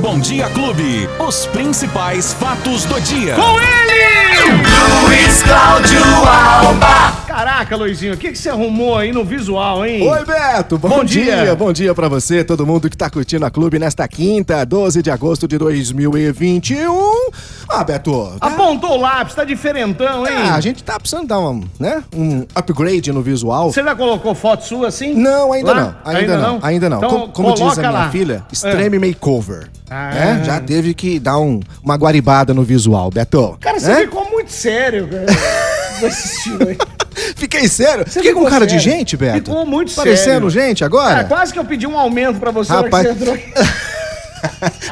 Bom Dia Clube, os principais fatos do dia. Com ele! Luiz Cláudio Alba. Caraca, Luizinho, o que, que você arrumou aí no visual, hein? Oi, Beto! Bom, Bom dia. dia. Bom dia pra você, todo mundo que tá curtindo a clube nesta quinta, 12 de agosto de 2021. Ah, Beto, tá- Apontou o lápis, tá diferentão, hein? ah, a gente tá precisando dar um, né, um upgrade no visual. Você já colocou foto sua assim? Não, ainda Lá? não. Ainda, não, Ainda não. Então, como como diz coloca a minha lá. É. filha, extreme makeover. Ah. né? Já teve que dar um- uma guaribada no visual, Beto. Cara, você né? ficou muito sério, cara. Desse estilo aí. Fiquei sério. Você Fiquei com ficou cara de sério. gente, Beto. Ficou muito sério. Parecendo gente Cara, agora? quase que eu pedi um aumento pra você É. Rapaz. na hora que você entrou.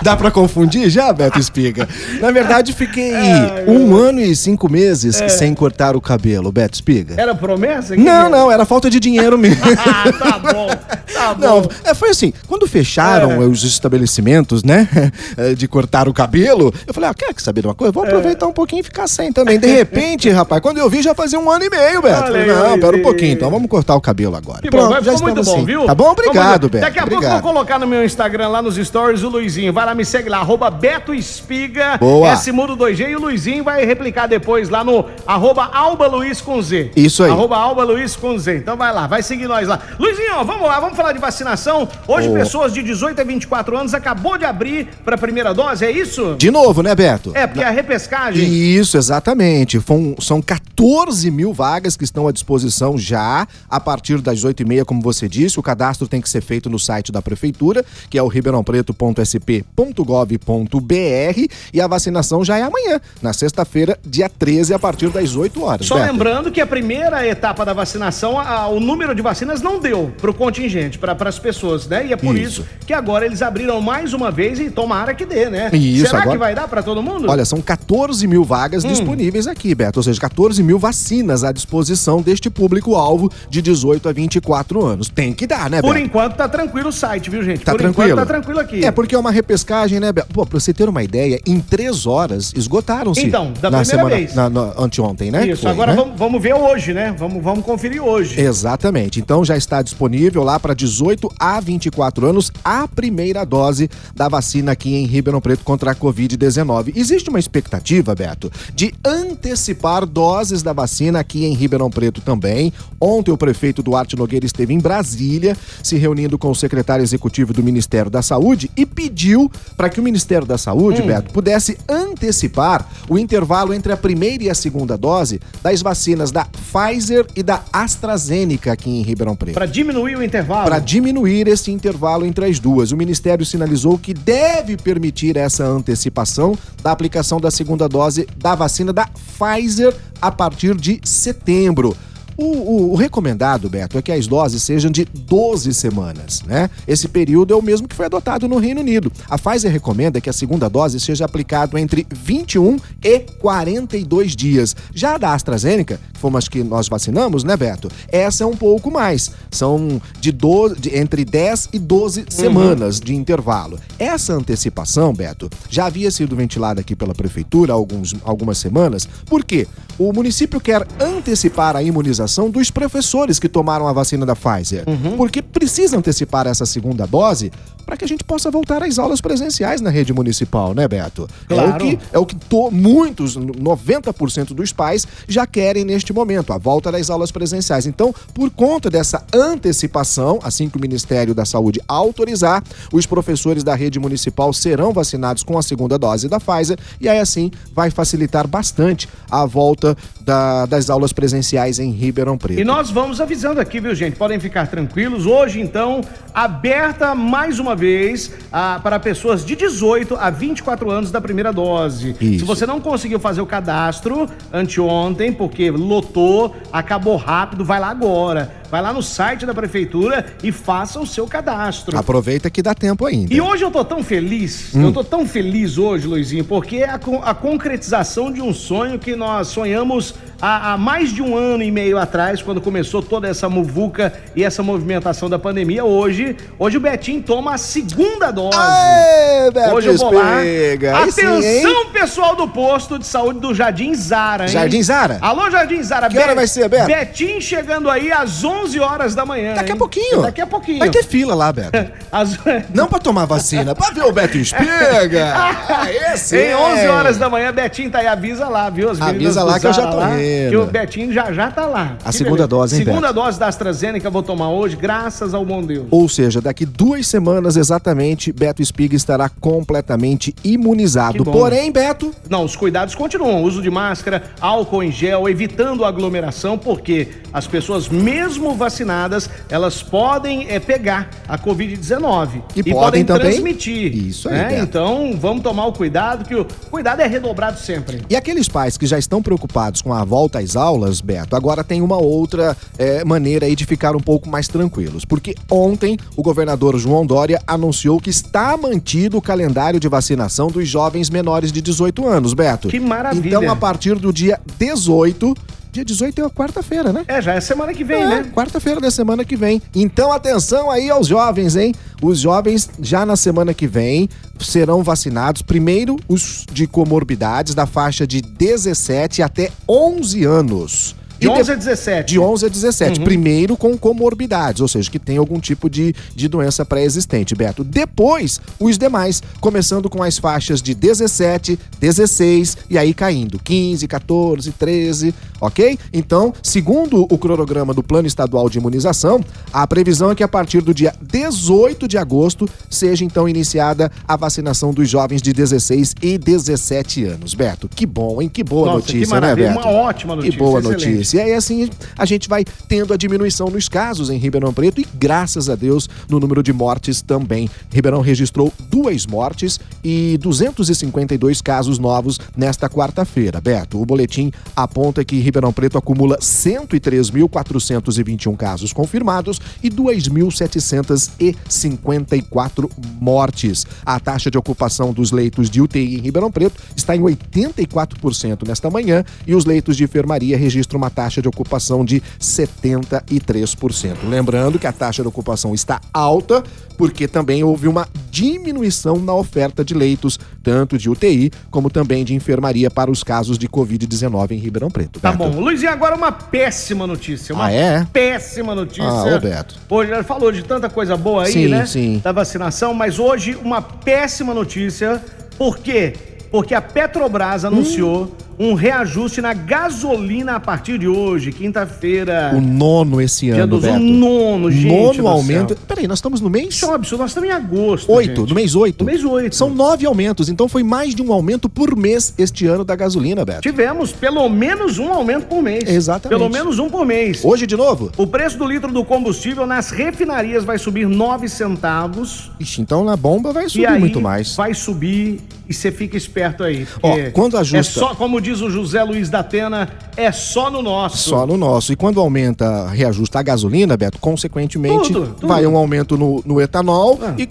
Dá pra confundir já, Beto Espiga? Na verdade, fiquei um ano e cinco meses É. sem cortar o cabelo, Beto Espiga. Era promessa? Não, não, era falta de dinheiro mesmo. Ah, tá bom. Tá bom. É. Não, é, foi assim, quando fecharam os estabelecimentos, né, é, de cortar o cabelo, eu falei, ah, quer saber de uma coisa? Vou É. aproveitar um pouquinho e ficar sem também. De repente, rapaz, quando eu vi, já fazia um ano e meio, Olha Beto. Falei, aí, não, pera um aí. pouquinho, então vamos cortar o cabelo agora. Que Pronto, bom, já ficou muito estamos bom, assim. viu? Tá bom? Ficou Obrigado, muito- Beto. Daqui a obrigado. pouco eu vou colocar no meu Instagram, lá nos stories, o Luizinho. Vai lá, me segue lá, arroba Beto Espiga. Boa. Esse mundo 2G e o Luizinho vai replicar depois lá no arroba Alba Luiz com Z. Isso aí. Arroba Alba Luiz com Z. Então vai lá, vai seguir nós lá. Luizinho, ó, vamos lá, vamos falar de vacinação. Hoje, Boa. pessoas de 18 a 24 anos acabou de abrir pra primeira dose, é isso? De novo, né, Beto? É, porque a repescagem... Isso, exatamente. Fom- São 14 mil vagas que estão à disposição já a partir das 8h30, como você disse. O cadastro tem que ser feito no site da Prefeitura, que é o ribeirãopreto.sp.gov.br. E a vacinação já é amanhã, na sexta-feira, dia 13, a partir das 8 horas. Só Beto. lembrando que a primeira etapa da vacinação, a- o número de vacinas não deu para o contingente, para as pessoas, né? E é por isso. Isso. que agora eles abriram mais uma vez e tomara que dê, né? Isso, Será que agora- vai dar para todo mundo? Olha, são 14 mil Hum. vagas disponíveis aqui, Beto. Ou seja, 14 mil vacinas à disposição deste público-alvo de 18 a 24 anos. Tem que dar, né, Beto? por enquanto tá tranquilo o site, viu, gente? Tá por tranquilo? enquanto tá tranquilo aqui. É porque é uma repescagem, né, Beto? Pô, pra você ter uma ideia, em três horas esgotaram-se. Então, da na primeira semana, vez. Na, na- anteontem, né? Isso, Foi, agora né? É. vamos, vamos ver hoje, né? Vamos, vamos conferir hoje. Exatamente. Então já está disponível lá para 18 a 24 anos a primeira dose da vacina aqui em Ribeirão Preto contra a Covid-19. Existe uma expectativa, Beto, de antecipar doses da vacina aqui em Ribeirão Preto também. Ontem o prefeito Duarte Nogueira esteve em Brasília, se reunindo com o secretário executivo do Ministério da Saúde e pediu para que o Ministério da Saúde, Beto, pudesse antecipar o intervalo entre a primeira e a segunda dose das vacinas da Pfizer e da AstraZeneca aqui em Ribeirão Preto. Para diminuir o intervalo. Para diminuir esse intervalo entre as duas, o Ministério sinalizou que deve permitir essa antecipação da aplicação da segunda dose da vacina da Pfizer a partir de setembro. O, o- o recomendado, Beto, é que as doses sejam de 12 semanas, né? Esse período é o mesmo que foi adotado no Reino Unido. A Pfizer recomenda que a segunda dose seja aplicada entre 21 e 42 dias. Já a da AstraZeneca, que foi umas que nós vacinamos, né, Beto? Essa é um pouco mais. São de 12, de- entre 10 e 12 semanas de intervalo. Essa antecipação, Beto, já havia sido ventilada aqui pela Prefeitura há alguns, algumas semanas. Por quê? O município quer antecipar a imunização dos professores que tomaram a vacina da Pfizer. Porque precisa antecipar essa segunda dose para que a gente possa voltar às aulas presenciais na rede municipal, né, Beto? É o Claro. que é o que to- muitos, 90% dos pais já querem neste momento, a volta das aulas presenciais. Então, por conta dessa antecipação, assim que o Ministério da Saúde autorizar, os professores da rede municipal serão vacinados com a segunda dose da Pfizer e aí assim vai facilitar bastante a volta da- das aulas presenciais em Ribeirão Preto. E nós vamos avisando aqui, viu, gente? Podem ficar tranquilos. Hoje, então, aberta mais uma vez ah, para pessoas de 18 a 24 anos da primeira dose. Isso. Se você não conseguiu fazer o cadastro anteontem, porque lotou, acabou rápido, vai lá agora. Vai lá no site da prefeitura e faça o seu cadastro. Aproveita que dá tempo ainda. E um- hoje eu tô tão feliz, Hum. eu tô tão feliz hoje, Luizinho, porque é a, con- a concretização de um sonho que nós sonhamos há, há mais de um ano e meio atrás, quando começou toda essa muvuca e essa movimentação da pandemia. Hoje, hoje o Betinho toma a segunda dose. Aê, Beto Hoje eu vou lá. Espiga. Aí sim, Atenção, hein? pessoal do posto de saúde do Jardim Zara, hein? Jardim Zara? Alô, Jardim Zara. Que hora vai ser, Beto? Betinho chegando aí às 11 11 horas da manhã. Daqui a hein? pouquinho. Daqui a pouquinho. Vai ter fila lá, Beto. As... Não pra tomar vacina, pra ver o Beto Espiga. Ah, esse Em é. 11 horas da manhã, Betinho tá aí, avisa lá, viu? As meninas Avisa do lá que eu Zara já tô indo. Que o Betinho já já tá lá. A segunda dose, hein, Segunda dose da AstraZeneca eu vou tomar hoje, graças ao bom Deus. Ou seja, daqui duas semanas exatamente, Beto Espiga estará completamente imunizado. Que bom. Porém, Beto, Não, os cuidados continuam. Uso de máscara, álcool em gel, evitando aglomeração, porque as pessoas, mesmo vacinadas, elas podem eh, pegar a Covid-19. E podem também- transmitir. Isso aí, né? Beto. Então, vamos tomar o cuidado, que o cuidado é redobrado sempre. e aqueles pais que já estão preocupados com a volta às aulas, Beto, agora tem uma outra é, maneira aí de ficar um pouco mais tranquilos. Porque ontem o governador João Dória anunciou que está mantido o calendário de vacinação dos jovens menores de 18 anos, Beto. Que maravilha. Então, a partir do dia 18. Dia 18 é a quarta-feira, né? É, já é semana que vem, É, né? Quarta-feira da semana que vem. Então, atenção aí aos jovens, hein? Os jovens, já na semana que vem, serão vacinados primeiro os de comorbidades da faixa de 17 até 11 anos. De E 11 a 17. de 11 a 17. Uhum. Primeiro com comorbidades, ou seja, que tem algum tipo de, de doença pré-existente, Beto. Depois, os demais, começando com as faixas de 17, 16 e aí caindo. 15, 14, 13, ok? Então, segundo o cronograma do Plano Estadual de Imunização, a previsão é que a partir do dia 18 de agosto seja então iniciada a vacinação dos jovens de 16 e 17 anos. Beto, que bom, hein? Que boa Nossa, que notícia, né, maravilha, Beto? uma ótima notícia, Que boa excelente. notícia. E aí, assim, a gente vai tendo a diminuição nos casos em Ribeirão Preto e, graças a Deus, no número de mortes também. Ribeirão registrou duas mortes e 252 casos novos nesta quarta-feira. Beto, o boletim aponta que Ribeirão Preto acumula 103.421 casos confirmados e 2.754 mortes. A taxa de ocupação dos leitos de UTI em Ribeirão Preto está em 84% nesta manhã e os leitos de enfermaria registram uma taxa de ocupação de 73%. Lembrando que a taxa de ocupação está alta porque também houve uma diminuição na oferta de leitos, tanto de UTI como também de enfermaria para os casos de Covid-19 em Ribeirão Preto. Tá Beto. bom. Luizinho, agora uma péssima notícia. Uma Ah, é? péssima notícia. Ah, ô, Beto. Hoje ela falou de tanta coisa boa aí, Sim, né? sim. Da vacinação, mas hoje uma péssima notícia. Por quê? Porque a Hum. Petrobras anunciou um reajuste na gasolina a partir de hoje, quinta-feira. O nono esse Dia ano, dos Beto. nono, gente. do nono céu. aumento. Peraí, nós estamos no mês Isso é um absurdo. Nós estamos em agosto. oito, gente. no mês oito. No mês oito. São nove aumentos, então foi mais de um aumento por mês este ano da gasolina, Beto. Tivemos pelo menos um aumento por mês. Exatamente. Pelo menos um por mês. Hoje de novo? O preço do litro do combustível nas refinarias vai subir 9 centavos. Ixi, então na bomba vai e subir aí muito mais. vai subir e você fica esperto aí. Ó, porque quando ajusta- É só, como diz o José Luiz da Atena, é só no nosso. Só no nosso. E quando aumenta, reajusta a gasolina, Beto, consequentemente Tudo, tudo. vai um aumento no, no etanol Ah. e,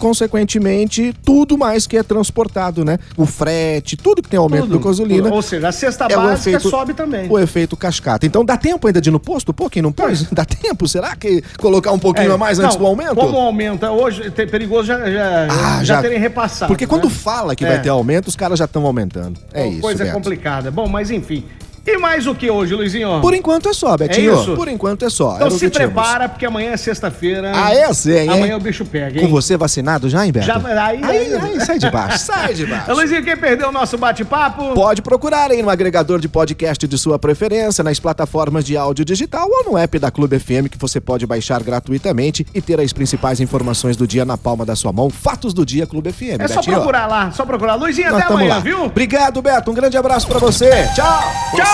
consequentemente, tudo mais que é transportado, né? O frete, tudo que tem aumento Tudo. da gasolina. é Ou seja, a cesta o básica sobe também. O efeito cascata. Então dá tempo ainda de ir no posto? Pô, quem não pôs? Dá tempo? Será que colocar um pouquinho a mais antes É. não, do aumento? Como aumenta hoje, é perigoso já, já, Ah, Então, já terem repassado. Porque quando né? fala que É. vai ter aumento, os caras já estão aumentando. É Uma isso, Coisa Beto. complicada. Bom, mas enfim. E mais o que hoje, Luizinho? Por enquanto é só, Betinho. isso? Por enquanto é só. então Era o se que tínhamos. prepara, porque amanhã é sexta-feira. Ah, é assim, hein? Amanhã o bicho pega, hein? Com você vacinado já, hein, Beto? Já- aí- aí, aí- aí, sai de baixo, sai de Ô, baixo. Luizinho, quem perdeu o nosso bate-papo? Pode procurar aí no agregador de podcast de sua preferência, nas plataformas de áudio digital ou no app da Clube FM que você pode baixar gratuitamente e ter as principais informações do dia na palma da sua mão. Fatos do dia Clube FM. É só Betinho. procurar lá, só procurar. Luizinho, Nós até estamos amanhã, lá. viu? Obrigado, Beto. Um grande abraço pra você. Tchau.